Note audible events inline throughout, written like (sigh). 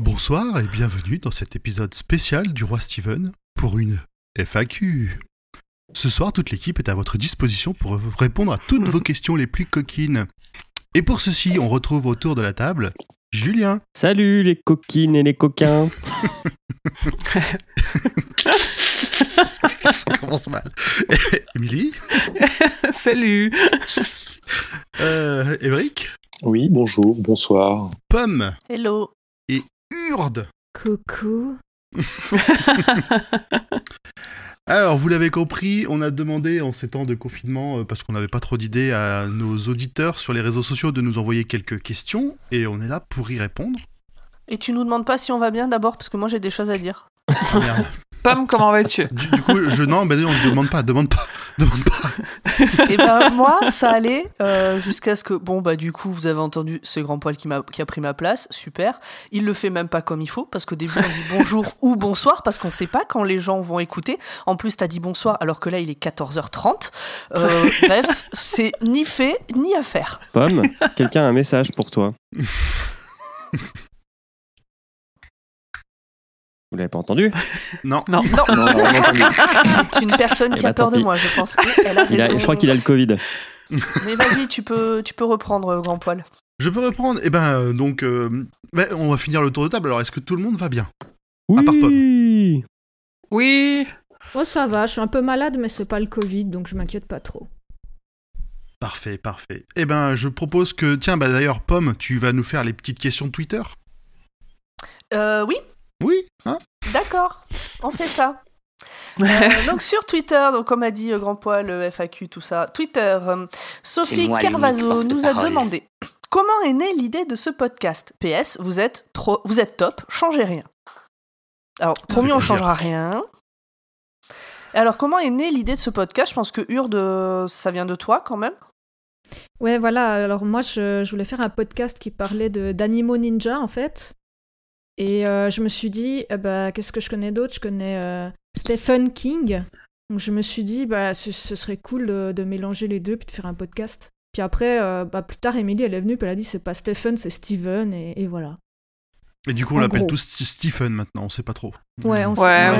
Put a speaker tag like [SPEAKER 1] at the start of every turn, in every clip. [SPEAKER 1] Bonsoir et bienvenue dans cet épisode spécial du Roi Steven pour une FAQ. Ce soir, toute l'équipe est à votre disposition pour répondre à toutes vos questions les plus coquines. Et pour ceci, on retrouve autour de la table Julien,
[SPEAKER 2] Salut les coquines et les coquins.
[SPEAKER 1] ça commence mal, Émilie,
[SPEAKER 3] Salut
[SPEAKER 1] euh, Ébric,
[SPEAKER 4] Oui, bonjour, bonsoir.
[SPEAKER 1] Pomme
[SPEAKER 3] Hello
[SPEAKER 1] et Urde.
[SPEAKER 5] Coucou.
[SPEAKER 1] (laughs) Alors, vous l'avez compris, on a demandé en ces temps de confinement, euh, parce qu'on n'avait pas trop d'idées, à nos auditeurs sur les réseaux sociaux de nous envoyer quelques questions, et on est là pour y répondre.
[SPEAKER 3] Et tu nous demandes pas si on va bien d'abord, parce que moi j'ai des choses à (laughs) dire.
[SPEAKER 1] Ah, merde.
[SPEAKER 6] Pomme, comment vas-tu
[SPEAKER 1] Du, du coup, je, non, ben non, on ne demande pas, demande pas, (laughs) demande pas.
[SPEAKER 3] Et ben moi, (laughs) ça allait euh, jusqu'à ce que, bon bah du coup, vous avez entendu ce grand poil qui, m'a- qui a pris ma place, super. Il le fait même pas comme il faut, parce qu'au début on (laughs) dit bonjour ou bonsoir, parce qu'on sait pas quand les gens vont écouter. En plus, t'as dit bonsoir alors que là il est 14h30. (laughs) Euh, bref, c'est ni fait ni à faire.
[SPEAKER 2] Pomme,
[SPEAKER 1] (laughs)
[SPEAKER 2] quelqu'un a un message pour toi. Vous l'avez pas entendu
[SPEAKER 1] Non,
[SPEAKER 6] Non.
[SPEAKER 4] Non, non, non, non.
[SPEAKER 3] C'est une personne
[SPEAKER 2] Eh
[SPEAKER 3] qui
[SPEAKER 2] bah,
[SPEAKER 3] a peur
[SPEAKER 2] tant
[SPEAKER 3] de
[SPEAKER 2] pis.
[SPEAKER 3] moi, je pense. Et elle a
[SPEAKER 2] Il a- Je
[SPEAKER 3] raison.
[SPEAKER 2] crois qu'il a le Covid.
[SPEAKER 3] Mais vas-y, tu peux, tu peux reprendre, euh, grand poil.
[SPEAKER 1] je peux reprendre. Eh ben, euh, donc, euh, ben, on va finir le tour de table. Alors, est-ce que tout le monde va bien
[SPEAKER 2] Oui.
[SPEAKER 1] À part
[SPEAKER 6] (laughs) Oui
[SPEAKER 5] Oh, ça va, je suis un peu malade, mais c'est pas le Covid, donc je m'inquiète pas trop.
[SPEAKER 1] Parfait, parfait. Eh ben, je propose que, tiens, bah d'ailleurs, Pomme, tu vas nous faire les petites questions de Twitter
[SPEAKER 3] Euh, oui,
[SPEAKER 1] Oui, hein
[SPEAKER 3] D'accord, on fait ça. Euh, donc sur Twitter, donc comme a dit euh, Grand Poil, euh, FAQ, tout ça, Twitter, euh, Sophie
[SPEAKER 7] C'est moi,
[SPEAKER 3] Carvazo
[SPEAKER 7] l'unique
[SPEAKER 3] nous a
[SPEAKER 7] porte-parole.
[SPEAKER 3] demandé comment est née l'idée de ce podcast. PS, vous êtes trop, vous êtes top, changez rien. Alors promis,
[SPEAKER 1] fait
[SPEAKER 3] on
[SPEAKER 1] plaisir.
[SPEAKER 3] changera rien. Alors comment est née l'idée de ce podcast Je pense que Urde, euh, ça vient de toi quand même.
[SPEAKER 5] Ouais, voilà, alors moi, je, je voulais faire un podcast qui parlait de- d'animaux ninja, en fait. Et euh, je me suis dit, eh ben, qu'est-ce que je connais d'autre Je connais euh, Stephen King. Donc je me suis dit, bah, ce, ce serait cool de, de mélanger les deux, puis de faire un podcast. Puis après, euh, bah, plus tard, Emily, elle est venue, puis elle a dit, c'est pas Stephen, c'est Steven, et, et voilà.
[SPEAKER 1] Et du coup, on
[SPEAKER 5] En
[SPEAKER 1] l'appelle
[SPEAKER 5] gros.
[SPEAKER 1] tous St- Stephen maintenant, on sait pas trop.
[SPEAKER 5] Ouais, on
[SPEAKER 6] Ouais,
[SPEAKER 5] s-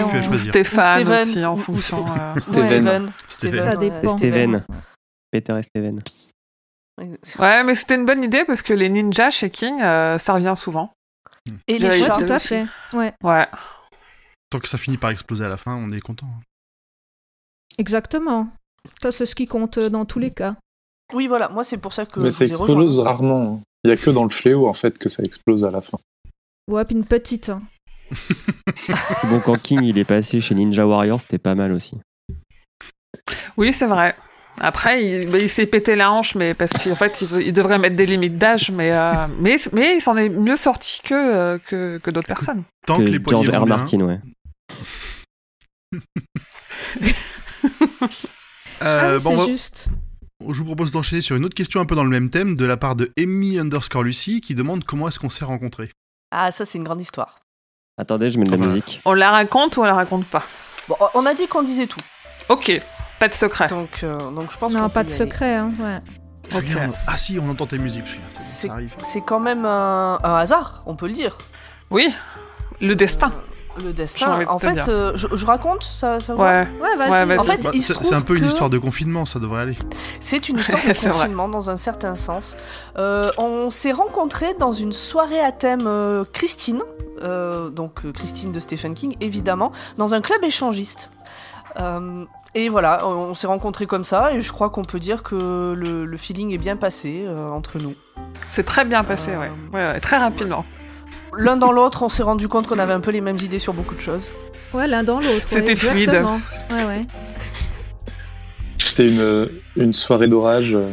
[SPEAKER 1] on-
[SPEAKER 5] ouais,
[SPEAKER 1] choisir.
[SPEAKER 6] Stéphane
[SPEAKER 3] Ou Steven.
[SPEAKER 6] aussi, en
[SPEAKER 3] Ou-
[SPEAKER 6] fonction. euh,
[SPEAKER 4] Steven.
[SPEAKER 1] Steven.
[SPEAKER 5] Ça
[SPEAKER 3] ouais,
[SPEAKER 5] dépend.
[SPEAKER 2] Steven. Peter et Steven.
[SPEAKER 6] Ouais, mais c'était une bonne idée parce que les ninjas chez King, euh, ça revient souvent.
[SPEAKER 3] Et
[SPEAKER 6] Ouais,
[SPEAKER 3] les
[SPEAKER 5] Ouais,
[SPEAKER 3] chats.
[SPEAKER 6] Steven
[SPEAKER 5] tout à
[SPEAKER 6] aussi.
[SPEAKER 5] fait. Ouais,
[SPEAKER 6] Ouais.
[SPEAKER 1] Tant que ça finit par exploser à la fin, on est content. hein.
[SPEAKER 5] exactement. Ça, c'est ce qui compte euh, dans tous les cas.
[SPEAKER 3] Oui, voilà, moi c'est pour ça que
[SPEAKER 4] Mais ça
[SPEAKER 1] euh,
[SPEAKER 3] je les rejoins.
[SPEAKER 4] explose rarement. hein. Il n'y a que dans le fléau, en fait, que ça explose à la fin.
[SPEAKER 5] Ouais, puis une petite. hein.
[SPEAKER 2] C'est Bon, quand King il est passé chez Ninja Warrior, c'était pas mal aussi.
[SPEAKER 6] Oui, c'est vrai. Après, il, bah, il s'est pété la hanche, mais parce qu'en fait, ils il devrait mettre des limites d'âge, mais, euh, mais, mais il s'en est mieux sorti que, euh, que, que d'autres personnes.
[SPEAKER 1] (laughs) Tant que, les hein. poignets
[SPEAKER 2] George
[SPEAKER 1] vont
[SPEAKER 2] R.
[SPEAKER 1] bien.
[SPEAKER 2] Martin, ouais.
[SPEAKER 1] Euh,
[SPEAKER 6] Euh,
[SPEAKER 5] ah,
[SPEAKER 1] bon,
[SPEAKER 5] c'est
[SPEAKER 1] on va-
[SPEAKER 5] juste.
[SPEAKER 1] Je vous propose d'enchaîner sur une autre question un peu dans le même thème de la part de Emmy underscore Lucie qui demande comment est-ce qu'on s'est rencontrés.
[SPEAKER 3] Ah, ça c'est une grande histoire.
[SPEAKER 2] Attendez, je mets de la
[SPEAKER 1] Ah bah.
[SPEAKER 2] musique.
[SPEAKER 6] On la raconte ou on la raconte pas
[SPEAKER 3] Bon, on a dit qu'on disait tout,
[SPEAKER 6] Ok, pas de secret.
[SPEAKER 3] donc, euh, donc je pense qu'on
[SPEAKER 5] Non,
[SPEAKER 3] peut
[SPEAKER 5] pas de
[SPEAKER 3] y aller.
[SPEAKER 5] secret, hein, ouais.
[SPEAKER 1] Julien, Ah si, on entend tes musiques, Julien, ça-
[SPEAKER 3] C'est-
[SPEAKER 1] ça arrive.
[SPEAKER 3] C'est quand même un, un hasard, on peut le dire.
[SPEAKER 6] Oui, le destin.
[SPEAKER 3] Le
[SPEAKER 6] J'ai
[SPEAKER 3] destin.
[SPEAKER 6] envie de
[SPEAKER 3] En
[SPEAKER 6] te
[SPEAKER 3] fait,
[SPEAKER 6] dire.
[SPEAKER 3] euh, je, je raconte, ça, ça vous va
[SPEAKER 6] Ouais.
[SPEAKER 5] Ouais, vas-y.
[SPEAKER 6] Ouais, vas-y.
[SPEAKER 3] En fait,
[SPEAKER 1] Bah,
[SPEAKER 3] il se
[SPEAKER 1] c'est
[SPEAKER 3] trouve
[SPEAKER 1] c'est un peu une
[SPEAKER 3] que
[SPEAKER 1] histoire de confinement, ça devrait aller.
[SPEAKER 3] (laughs) c'est une histoire
[SPEAKER 6] (laughs)
[SPEAKER 3] de
[SPEAKER 6] C'est vrai.
[SPEAKER 3] confinement dans un certain sens. Euh, on s'est rencontrés dans une soirée à thème euh, Christine, euh, donc euh, Christine de Stephen King, évidemment, dans un club échangiste. Euh, et voilà, on, on s'est rencontrés comme ça, et je crois qu'on peut dire que le, le feeling est bien passé euh, entre nous.
[SPEAKER 6] C'est très bien passé,
[SPEAKER 3] Euh,
[SPEAKER 6] ouais. Ouais, ouais, Très rapidement.
[SPEAKER 3] L'un dans l'autre, on s'est rendu compte qu'on avait un peu les mêmes idées sur beaucoup de choses.
[SPEAKER 5] Ouais, l'un dans l'autre. ouais,
[SPEAKER 6] C'était fluide.
[SPEAKER 5] exactement. Ouais, ouais.
[SPEAKER 4] C'était une, euh, une soirée d'orage, euh,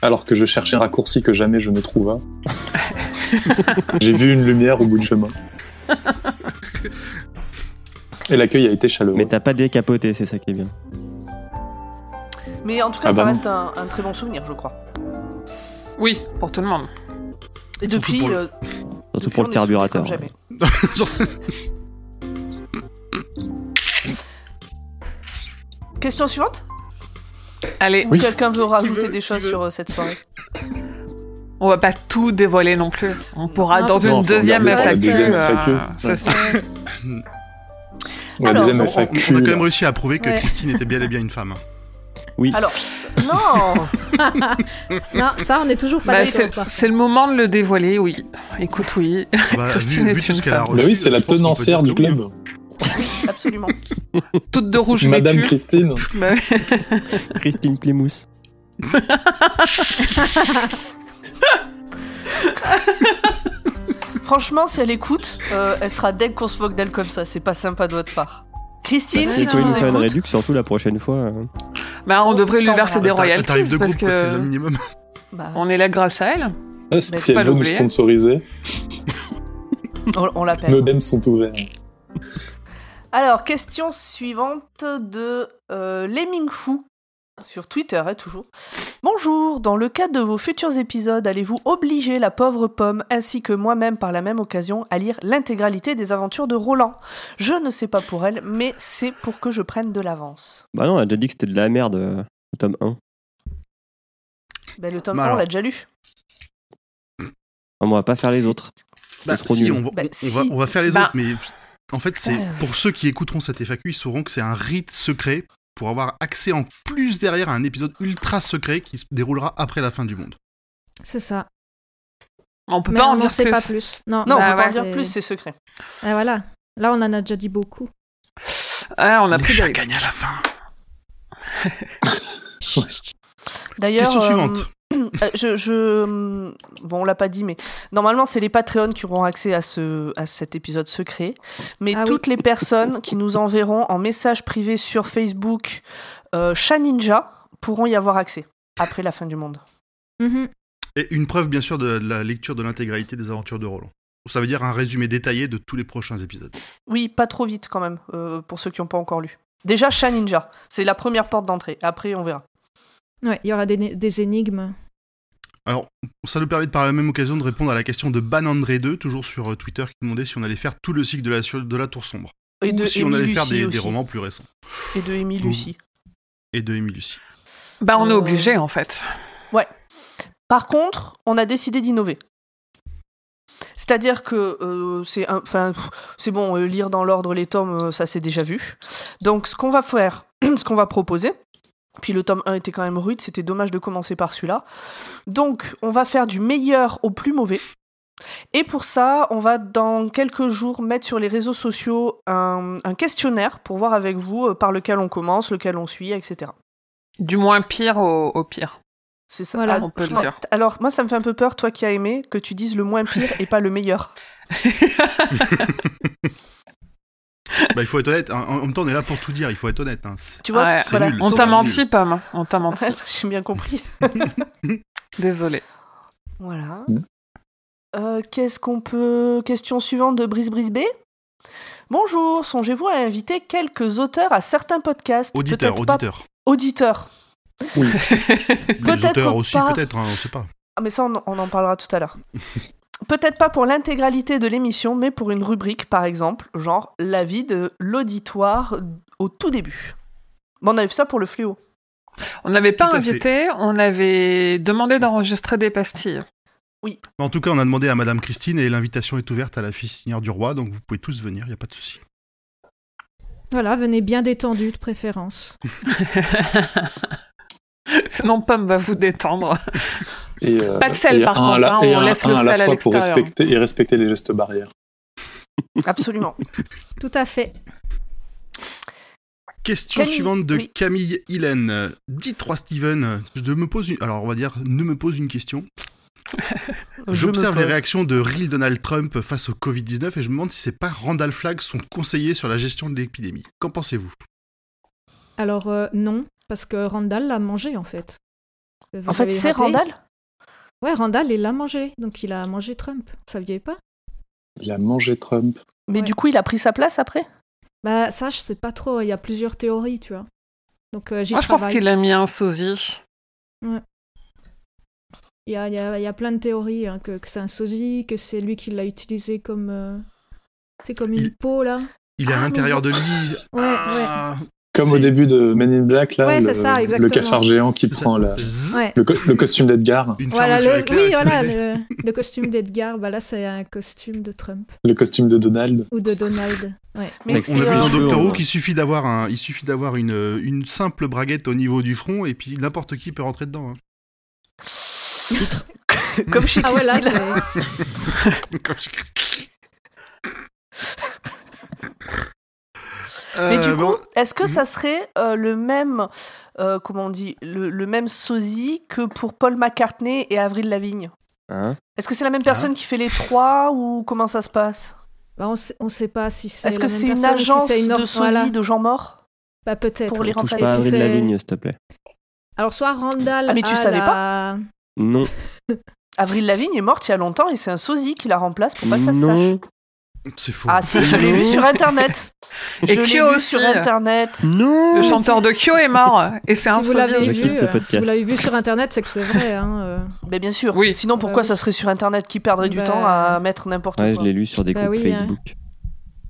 [SPEAKER 4] alors que je cherchais un raccourci que jamais je ne trouva.
[SPEAKER 1] (laughs)
[SPEAKER 4] J'ai vu une lumière au bout du chemin. Et l'accueil a été chaleureux.
[SPEAKER 2] Mais t'as pas décapoté, c'est ça qui est bien.
[SPEAKER 3] Mais en tout cas,
[SPEAKER 4] Ah
[SPEAKER 3] ça
[SPEAKER 4] bah non.
[SPEAKER 3] reste un, un très bon souvenir, je crois.
[SPEAKER 6] Oui, pour tout le monde.
[SPEAKER 3] Et
[SPEAKER 1] Surtout
[SPEAKER 3] depuis,
[SPEAKER 1] pour le-
[SPEAKER 3] euh,
[SPEAKER 2] Surtout
[SPEAKER 3] depuis,
[SPEAKER 2] pour
[SPEAKER 3] on
[SPEAKER 2] le
[SPEAKER 3] est soudés
[SPEAKER 2] carburateur.
[SPEAKER 3] comme jamais. (laughs) Question suivante
[SPEAKER 6] Allez,
[SPEAKER 3] Ou quelqu'un veut rajouter
[SPEAKER 1] veut-
[SPEAKER 3] des
[SPEAKER 1] qui
[SPEAKER 3] choses
[SPEAKER 1] veut
[SPEAKER 3] sur euh, cette soirée
[SPEAKER 6] On va pas tout dévoiler non plus. On pourra
[SPEAKER 5] Non,
[SPEAKER 6] dans
[SPEAKER 5] faut-
[SPEAKER 6] une
[SPEAKER 5] Non,
[SPEAKER 4] faut
[SPEAKER 6] deuxième
[SPEAKER 4] regarder
[SPEAKER 5] la
[SPEAKER 6] FAQ.
[SPEAKER 4] deuxième
[SPEAKER 6] euh,
[SPEAKER 4] FAQ,
[SPEAKER 6] c'est
[SPEAKER 4] ouais.
[SPEAKER 6] ça.
[SPEAKER 4] La
[SPEAKER 3] Alors,
[SPEAKER 4] deuxième
[SPEAKER 1] On, on-
[SPEAKER 4] FAQ.
[SPEAKER 1] on a quand même
[SPEAKER 4] là.
[SPEAKER 1] réussi à prouver que
[SPEAKER 5] Ouais.
[SPEAKER 1] Christine était bien et bien une femme. hein.
[SPEAKER 3] Alors, non
[SPEAKER 5] Non, ça, on n'est toujours
[SPEAKER 6] Bah,
[SPEAKER 5] pas
[SPEAKER 6] c'est
[SPEAKER 5] d'accord.
[SPEAKER 6] c'est le moment de le dévoiler, oui. Écoute, oui. (laughs)
[SPEAKER 1] Bah,
[SPEAKER 6] Christine
[SPEAKER 1] vu,
[SPEAKER 6] est
[SPEAKER 1] vu tout
[SPEAKER 6] une
[SPEAKER 1] ce qu'elle a
[SPEAKER 6] femme.
[SPEAKER 1] reçu,
[SPEAKER 4] Bah oui,
[SPEAKER 1] je
[SPEAKER 4] c'est la
[SPEAKER 1] pense qu'on peut
[SPEAKER 4] tenancière
[SPEAKER 1] dire
[SPEAKER 4] du
[SPEAKER 1] que oui.
[SPEAKER 4] club.
[SPEAKER 3] Absolument.
[SPEAKER 6] Toute de rouge
[SPEAKER 4] Madame
[SPEAKER 6] vêtue.
[SPEAKER 4] Christine.
[SPEAKER 6] Bah,
[SPEAKER 2] Christine Plémousse.
[SPEAKER 3] Franchement, si elle écoute, euh, elle sera deg qu'on se moque d'elle comme ça. C'est pas sympa de votre part. Christine, si
[SPEAKER 2] Vous
[SPEAKER 3] tu
[SPEAKER 2] pouvez nous
[SPEAKER 3] nous
[SPEAKER 2] faire une
[SPEAKER 3] écoutes,
[SPEAKER 2] réduction, surtout la prochaine fois. euh.
[SPEAKER 6] bah, on devrait lui
[SPEAKER 3] Attends,
[SPEAKER 6] verser
[SPEAKER 3] on
[SPEAKER 6] des
[SPEAKER 3] va-
[SPEAKER 1] Le tarif- le tarif
[SPEAKER 6] royalties
[SPEAKER 1] de
[SPEAKER 6] parce
[SPEAKER 1] groupe, quoi, c'est le
[SPEAKER 6] que
[SPEAKER 1] minimum.
[SPEAKER 3] bah,
[SPEAKER 6] on est là grâce à elle.
[SPEAKER 4] Ah, Si
[SPEAKER 6] faut pas
[SPEAKER 4] elle veut nous
[SPEAKER 6] l'oublier.
[SPEAKER 4] sponsoriser,
[SPEAKER 3] on, on
[SPEAKER 1] Ben
[SPEAKER 3] l'appelle.
[SPEAKER 4] nos DEM sont ouverts.
[SPEAKER 3] Alors, question suivante de euh, Lemming Fou sur Twitter, hein, toujours. Bonjour, dans le cadre de vos futurs épisodes, allez-vous obliger la pauvre pomme ainsi que moi-même par la même occasion à lire l'intégralité des aventures de Roland Je ne sais pas pour elle, mais c'est pour que je prenne de l'avance.
[SPEAKER 2] Bah non, on a déjà dit que c'était de la merde, euh, le tome 1.
[SPEAKER 3] Ben, le tome
[SPEAKER 1] Bah
[SPEAKER 3] 1, on
[SPEAKER 1] alors.
[SPEAKER 3] l'a déjà lu.
[SPEAKER 2] On va pas faire les autres.
[SPEAKER 1] Bah,
[SPEAKER 2] trop
[SPEAKER 1] si,
[SPEAKER 2] nul.
[SPEAKER 1] on va,
[SPEAKER 3] Bah, Euh.
[SPEAKER 1] on- on
[SPEAKER 3] si.
[SPEAKER 1] va- on va faire les
[SPEAKER 6] Bah.
[SPEAKER 1] autres, mais en fait, c'est
[SPEAKER 3] Putain.
[SPEAKER 1] pour ceux qui écouteront cette FAQ, ils sauront que c'est un rite secret pour avoir accès en plus derrière à un épisode ultra secret qui se déroulera après la fin du monde.
[SPEAKER 5] C'est ça.
[SPEAKER 6] On peut
[SPEAKER 5] Mais
[SPEAKER 6] pas
[SPEAKER 5] on
[SPEAKER 6] en
[SPEAKER 5] n'en
[SPEAKER 6] dire
[SPEAKER 5] sait
[SPEAKER 6] plus.
[SPEAKER 5] pas plus. Non,
[SPEAKER 3] Non,
[SPEAKER 6] Bah
[SPEAKER 3] on peut pas en
[SPEAKER 6] ouais.
[SPEAKER 3] dire plus, c'est secret.
[SPEAKER 5] Ah, voilà. Là, on en a déjà dit beaucoup.
[SPEAKER 6] Ah, on a
[SPEAKER 1] Les
[SPEAKER 6] pris des
[SPEAKER 1] chats
[SPEAKER 6] risques.
[SPEAKER 1] gagnent à (laughs) la fin.
[SPEAKER 3] D'ailleurs,
[SPEAKER 1] Question
[SPEAKER 3] euh,
[SPEAKER 1] suivante.
[SPEAKER 3] Euh, je, je- hum, Bon, on l'a pas dit, mais normalement, c'est les Patreons qui auront accès à, ce, à cet épisode secret. Mais
[SPEAKER 5] Ah oui.
[SPEAKER 3] toutes les personnes qui nous enverront en message privé sur Facebook euh, Chat Ninja pourront y avoir accès après la fin du monde.
[SPEAKER 5] Mhm.
[SPEAKER 1] Et une preuve, bien sûr, de la lecture de l'intégralité des aventures de Roland. Ça veut dire un résumé détaillé de tous les prochains épisodes.
[SPEAKER 3] Oui, pas trop vite quand même, euh, pour ceux qui n'ont pas encore lu. Déjà, Chat Ninja, c'est la première porte d'entrée. Après, on verra.
[SPEAKER 5] Ouais, il y aura des, des énigmes.
[SPEAKER 1] Alors, ça nous permet de, par la même occasion de répondre à la question de Banandré2, toujours sur euh, Twitter, qui demandait si on allait faire tout le cycle de la, sur- de la Tour Sombre.
[SPEAKER 3] Et
[SPEAKER 1] ou
[SPEAKER 3] de
[SPEAKER 1] si on
[SPEAKER 3] Émile
[SPEAKER 1] allait faire
[SPEAKER 3] Lucie
[SPEAKER 1] des, des
[SPEAKER 3] aussi.
[SPEAKER 1] romans plus récents.
[SPEAKER 3] Et de Émile
[SPEAKER 1] Ouh.
[SPEAKER 3] Lucie.
[SPEAKER 1] Et de Émile Lucie.
[SPEAKER 6] Bah, on est
[SPEAKER 3] Euh,
[SPEAKER 6] obligé en fait.
[SPEAKER 3] Par contre, on a décidé d'innover. C'est-à-dire que euh, c'est un- enfin, pff, c'est bon, euh, lire dans l'ordre les tomes, euh, ça c'est déjà vu. Donc ce qu'on va faire, (clears throat) ce qu'on va proposer, puis le tome 1 était quand même rude, c'était dommage de commencer par celui-là. Donc on va faire du meilleur au plus mauvais. Et pour ça, on va dans quelques jours mettre sur les réseaux sociaux un, un questionnaire pour voir avec vous euh, par lequel on commence, lequel on suit, etc.
[SPEAKER 6] Du moins pire au, au pire.
[SPEAKER 3] C'est ça.
[SPEAKER 5] Voilà.
[SPEAKER 3] Ah,
[SPEAKER 6] on peut
[SPEAKER 3] je
[SPEAKER 6] le
[SPEAKER 3] pense-
[SPEAKER 6] dire.
[SPEAKER 3] alors, moi, ça me fait un peu peur, toi qui as aimé, que tu dises le moins pire et pas
[SPEAKER 6] (laughs)
[SPEAKER 3] le meilleur.
[SPEAKER 1] Bah, il faut être honnête. En, en même temps, on est là pour tout dire. Il faut être honnête. hein. C'est-
[SPEAKER 3] Tu vois,
[SPEAKER 6] Ouais.
[SPEAKER 1] C'est
[SPEAKER 3] voilà.
[SPEAKER 1] nul.
[SPEAKER 6] On
[SPEAKER 1] Ils
[SPEAKER 6] t'a
[SPEAKER 1] sont
[SPEAKER 6] menti, Pomme. On t'a menti.
[SPEAKER 3] (laughs) Ouais, J'ai bien compris.
[SPEAKER 6] Désolé.
[SPEAKER 3] Voilà.
[SPEAKER 4] Mm.
[SPEAKER 3] Euh, Qu'est-ce qu'on peut. Question suivante de Brise Brise B. Bonjour, songez-vous à inviter quelques auteurs à certains podcasts
[SPEAKER 1] Auditeur,
[SPEAKER 3] peut-être pas-
[SPEAKER 1] auditeur.
[SPEAKER 3] Auditeurs.
[SPEAKER 1] Les
[SPEAKER 3] Peut-être
[SPEAKER 1] auteurs aussi,
[SPEAKER 3] pas.
[SPEAKER 1] peut-être. hein, on sait pas.
[SPEAKER 3] Ah, mais ça, on, on en parlera tout à l'heure. Peut-être pas pour l'intégralité de l'émission, mais pour une rubrique, par exemple, genre l'avis de l'auditoire au tout début. Mais on avait fait ça pour le fléau.
[SPEAKER 6] On n'avait pas
[SPEAKER 1] Tout à fait.
[SPEAKER 6] invité, on avait demandé d'enregistrer des pastilles. (laughs)
[SPEAKER 1] En tout cas, on a demandé à Madame Christine et l'invitation est ouverte à la fille signeur du roi, donc vous pouvez tous venir, il n'y a pas de souci.
[SPEAKER 5] Voilà, venez bien détendu de préférence.
[SPEAKER 6] Sinon, Pomme va vous détendre.
[SPEAKER 4] Et, euh,
[SPEAKER 6] Pas de sel,
[SPEAKER 4] et
[SPEAKER 6] par
[SPEAKER 4] un
[SPEAKER 6] contre,
[SPEAKER 4] à la-
[SPEAKER 6] hein,
[SPEAKER 4] et
[SPEAKER 6] on
[SPEAKER 4] un-
[SPEAKER 6] laisse le
[SPEAKER 4] un à la
[SPEAKER 6] sel à
[SPEAKER 4] fois pour
[SPEAKER 6] l'extérieur.
[SPEAKER 4] respecter et respecter les gestes barrières.
[SPEAKER 3] Absolument.
[SPEAKER 5] Tout à fait.
[SPEAKER 1] Question
[SPEAKER 3] Camille,
[SPEAKER 1] suivante de
[SPEAKER 3] oui.
[SPEAKER 1] Camille Hillen. Dites-moi, Steven, je me pose une... Alors, on va dire, ne me pose une question.
[SPEAKER 3] (laughs) Je
[SPEAKER 1] J'observe
[SPEAKER 3] me
[SPEAKER 1] les
[SPEAKER 3] pose.
[SPEAKER 1] réactions de Real Donald Trump face au Covid-19 et je me demande si c'est pas Randall Flagg son conseiller sur la gestion de l'épidémie. Qu'en pensez-vous
[SPEAKER 5] Alors, euh, non, parce que Randall l'a mangé, en fait. Euh, Vous
[SPEAKER 3] En fait,
[SPEAKER 5] avez
[SPEAKER 3] c'est
[SPEAKER 5] raté
[SPEAKER 3] Randall
[SPEAKER 5] Ouais, Randall, il l'a mangé. Donc, il a mangé Trump. Vous saviez pas
[SPEAKER 4] Il a mangé Trump.
[SPEAKER 3] Mais
[SPEAKER 5] Ouais.
[SPEAKER 3] du coup, il a pris sa place après
[SPEAKER 5] Bah, ça, je sais pas trop. Il y a plusieurs théories, tu vois. Donc, euh, j'y
[SPEAKER 6] Moi, je pense
[SPEAKER 5] travaille.
[SPEAKER 6] qu'il a mis un sosie.
[SPEAKER 5] Il y a, il y a- il y a plein de théories, hein, que, que c'est un sosie, que c'est lui qui l'a utilisé comme... euh, C'est comme une
[SPEAKER 1] Il-
[SPEAKER 5] peau, là.
[SPEAKER 1] Il est
[SPEAKER 5] Ah,
[SPEAKER 1] à
[SPEAKER 5] mais
[SPEAKER 1] l'intérieur
[SPEAKER 5] ils-
[SPEAKER 1] de lui.
[SPEAKER 5] Ouais, ouais.
[SPEAKER 1] Ah,
[SPEAKER 4] Comme au
[SPEAKER 1] C'est-
[SPEAKER 4] début de Men in Black, là,
[SPEAKER 5] Ouais,
[SPEAKER 4] le,
[SPEAKER 5] c'est ça,
[SPEAKER 4] le
[SPEAKER 5] exactement.
[SPEAKER 4] cafard géant qui
[SPEAKER 1] C'est ça.
[SPEAKER 4] prend la-
[SPEAKER 1] Zzz,
[SPEAKER 5] Ouais.
[SPEAKER 4] le, co- le costume d'Edgar,
[SPEAKER 1] Une
[SPEAKER 5] Voilà,
[SPEAKER 1] fermeture
[SPEAKER 5] le,
[SPEAKER 1] éclair,
[SPEAKER 5] oui,
[SPEAKER 1] et ça
[SPEAKER 5] voilà,
[SPEAKER 1] brûlait.
[SPEAKER 5] le, le costume d'Edgar, bah là c'est un costume de Trump
[SPEAKER 4] le costume de Donald.
[SPEAKER 5] ou de Donald. Ouais.
[SPEAKER 3] Mais
[SPEAKER 2] Mec,
[SPEAKER 3] c'est,
[SPEAKER 1] On a vu
[SPEAKER 3] euh,
[SPEAKER 1] dans Doctor Who
[SPEAKER 2] on-
[SPEAKER 1] qu'il suffit d'avoir un, il suffit d'avoir une, une simple braguette au niveau du front et puis n'importe qui peut rentrer dedans. hein. (laughs)
[SPEAKER 3] (laughs) comme chez
[SPEAKER 5] Ah ouais, là
[SPEAKER 3] Christine.
[SPEAKER 5] c'est.
[SPEAKER 1] Comme je-
[SPEAKER 3] (laughs) Mais
[SPEAKER 1] Euh,
[SPEAKER 3] du
[SPEAKER 1] bon,
[SPEAKER 3] coup, est-ce que
[SPEAKER 1] mhm.
[SPEAKER 3] ça serait euh, le même, euh, comment on dit, le, le même sosie que pour Paul McCartney et Avril Lavigne
[SPEAKER 2] Hein
[SPEAKER 3] Est-ce que c'est la même personne qui fait les trois ou comment ça se passe
[SPEAKER 5] Bah, on, sait, on sait pas si c'est.
[SPEAKER 3] Est-ce
[SPEAKER 5] la
[SPEAKER 3] que
[SPEAKER 5] même
[SPEAKER 3] c'est une
[SPEAKER 5] personne ou si
[SPEAKER 3] agence
[SPEAKER 5] c'est une or-
[SPEAKER 3] de sosie
[SPEAKER 5] voilà.
[SPEAKER 3] de gens morts
[SPEAKER 5] Bah peut-être.
[SPEAKER 3] pour les
[SPEAKER 2] Touche
[SPEAKER 3] remplacer
[SPEAKER 2] pas à
[SPEAKER 5] Est-ce que
[SPEAKER 2] Avril
[SPEAKER 5] c'est-
[SPEAKER 2] Lavigne, s'il te plaît.
[SPEAKER 5] Alors soit Randall.
[SPEAKER 3] Ah, mais tu
[SPEAKER 5] a
[SPEAKER 3] savais
[SPEAKER 5] la-
[SPEAKER 2] Non.
[SPEAKER 3] Avril Lavigne est morte il y a longtemps et c'est un sosie qui la remplace pour pas que ça se sache.
[SPEAKER 2] Non.
[SPEAKER 1] c'est faux.
[SPEAKER 3] Ah si, je l'ai vu sur internet.
[SPEAKER 6] Et
[SPEAKER 3] je l'ai
[SPEAKER 6] Kyo
[SPEAKER 3] vu
[SPEAKER 6] aussi.
[SPEAKER 3] sur internet.
[SPEAKER 2] Non.
[SPEAKER 6] Le chanteur de Kyo est mort et c'est un
[SPEAKER 5] Si vous
[SPEAKER 6] sosie
[SPEAKER 5] l'avez
[SPEAKER 6] aussi.
[SPEAKER 5] vu,
[SPEAKER 2] J'acquitte ce
[SPEAKER 5] euh, si
[SPEAKER 2] podcast.
[SPEAKER 5] vous l'avez vu sur internet, c'est que c'est vrai. Hein,
[SPEAKER 3] (laughs)
[SPEAKER 5] euh.
[SPEAKER 3] Mais bien sûr.
[SPEAKER 6] Oui.
[SPEAKER 3] Sinon pourquoi ça serait sur internet qui perdrait du
[SPEAKER 5] Bah.
[SPEAKER 3] temps à mettre n'importe
[SPEAKER 2] Ouais, je
[SPEAKER 3] quoi
[SPEAKER 2] l'ai lu sur des
[SPEAKER 5] Bah
[SPEAKER 2] groupes
[SPEAKER 5] oui, hein.
[SPEAKER 2] Facebook.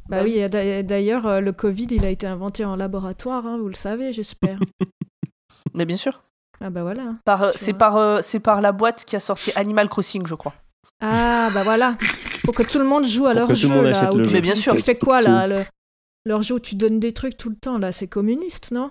[SPEAKER 5] Bah oui, et d'a- et d'ailleurs, euh, le Covid, il a été inventé en laboratoire, hein, vous le savez, j'espère.
[SPEAKER 3] (laughs) Mais bien sûr.
[SPEAKER 5] ah bah voilà.
[SPEAKER 3] Par, euh,
[SPEAKER 5] Tu
[SPEAKER 3] c'est
[SPEAKER 5] vois.
[SPEAKER 3] par euh, c'est par la boîte qui a sorti Animal Crossing, je crois.
[SPEAKER 5] Ah bah voilà. Faut que tout le monde joue à
[SPEAKER 2] Pour
[SPEAKER 5] leur
[SPEAKER 2] que tout
[SPEAKER 5] jeu.
[SPEAKER 2] le monde
[SPEAKER 5] là,
[SPEAKER 2] achète
[SPEAKER 5] où
[SPEAKER 2] le
[SPEAKER 5] tu-
[SPEAKER 2] jeu.
[SPEAKER 3] Mais bien
[SPEAKER 5] tu-
[SPEAKER 3] sûr.
[SPEAKER 5] Tu fais quoi là le- Leur jeu où tu donnes des trucs tout le temps, là, c'est communiste, non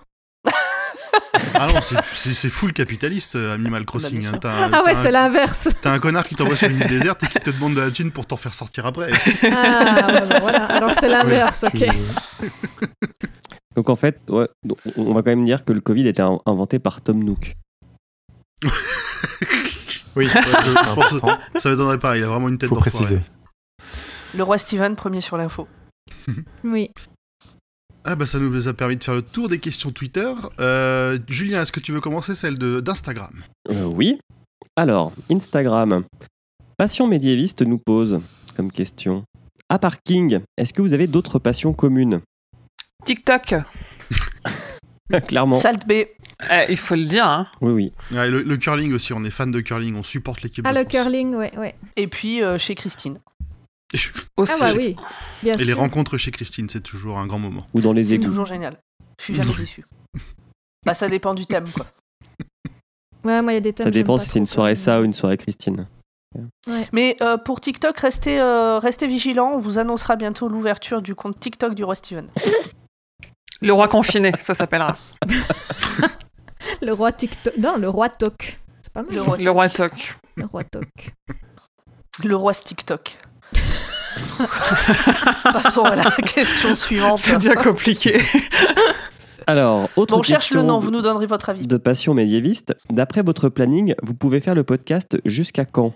[SPEAKER 1] Ah non, c'est- c'est c'est full capitaliste, euh, Animal Crossing.
[SPEAKER 3] Bah, bien
[SPEAKER 1] hein.
[SPEAKER 3] sûr.
[SPEAKER 1] T'as un-
[SPEAKER 5] Ah ouais,
[SPEAKER 1] t'as un-
[SPEAKER 5] c'est l'inverse.
[SPEAKER 1] t'as un connard qui t'envoie sur une île déserte et qui te demande de la thune pour t'en faire sortir après. Euh,
[SPEAKER 5] Ah ouais, bah voilà. Alors
[SPEAKER 2] (laughs)
[SPEAKER 5] c'est l'inverse, (laughs) ok.
[SPEAKER 2] Donc en fait, ouais, donc, on va quand même dire que le Covid était in- inventé par Tom Nook.
[SPEAKER 1] Oui,
[SPEAKER 7] C'est
[SPEAKER 1] je pense
[SPEAKER 7] important,
[SPEAKER 1] ça m'étonnerait pas, il a vraiment une tête
[SPEAKER 7] Ah, bah, faut
[SPEAKER 1] d'enfoiré.
[SPEAKER 7] préciser.
[SPEAKER 3] Le roi Steven premier sur l'info.
[SPEAKER 5] Oui.
[SPEAKER 1] Ah bah ça nous a permis de faire le tour des questions Twitter. Euh, Julien, est-ce que tu veux commencer celle de- d'Instagram
[SPEAKER 2] Euh, oui. Alors, Instagram. Passion médiéviste nous pose comme question. À part King, est-ce que vous avez d'autres passions
[SPEAKER 3] (laughs)
[SPEAKER 2] communes
[SPEAKER 6] TikTok,
[SPEAKER 2] Clairement.
[SPEAKER 3] Salt B.
[SPEAKER 6] Eh, il faut le dire. Hein.
[SPEAKER 5] Ah,
[SPEAKER 2] Oui, oui.
[SPEAKER 1] Ouais, le, le curling aussi, on est fan de curling, on supporte l'équipe
[SPEAKER 5] Ah,
[SPEAKER 1] de
[SPEAKER 5] le
[SPEAKER 1] France.
[SPEAKER 5] curling, ouais, ouais.
[SPEAKER 3] Et puis euh, chez Christine.
[SPEAKER 5] Ah
[SPEAKER 6] Aussi.
[SPEAKER 5] bah oui, bien
[SPEAKER 1] Et les
[SPEAKER 5] sûr.
[SPEAKER 1] rencontres chez Christine, c'est toujours un grand moment.
[SPEAKER 2] Ou dans les
[SPEAKER 3] C'est
[SPEAKER 2] égouts.
[SPEAKER 3] toujours génial. Je
[SPEAKER 2] (laughs)
[SPEAKER 3] suis jamais déçue. Bah ça dépend du thème quoi.
[SPEAKER 5] Ouais, moi, il y a des thèmes.
[SPEAKER 2] Ça
[SPEAKER 5] j'aime
[SPEAKER 2] dépend
[SPEAKER 5] pas
[SPEAKER 2] si c'est
[SPEAKER 5] trop,
[SPEAKER 2] une soirée
[SPEAKER 5] comme-
[SPEAKER 2] ça ou une soirée Christine.
[SPEAKER 3] Mais euh, pour TikTok, restez, euh, restez vigilants. On vous annoncera bientôt l'ouverture du compte TikTok du roi Steven.
[SPEAKER 6] Le roi confiné, ça
[SPEAKER 5] (laughs)
[SPEAKER 6] s'appellera.
[SPEAKER 5] Le roi TikTok. Non, le roi Tok. C'est pas mal.
[SPEAKER 3] Le roi,
[SPEAKER 6] Le roi toc.
[SPEAKER 5] Le roi Tok.
[SPEAKER 3] le
[SPEAKER 2] (laughs)
[SPEAKER 3] roi TikTok. Passons à la question suivante.
[SPEAKER 6] (laughs) C'est bien
[SPEAKER 4] (laughs)
[SPEAKER 6] compliqué.
[SPEAKER 2] Alors, autre
[SPEAKER 3] Bon, on cherche le
[SPEAKER 2] question
[SPEAKER 3] nom,
[SPEAKER 2] de-
[SPEAKER 3] vous nous donnerez votre avis.
[SPEAKER 2] de passion médiéviste. D'après votre planning, vous pouvez faire le podcast jusqu'à quand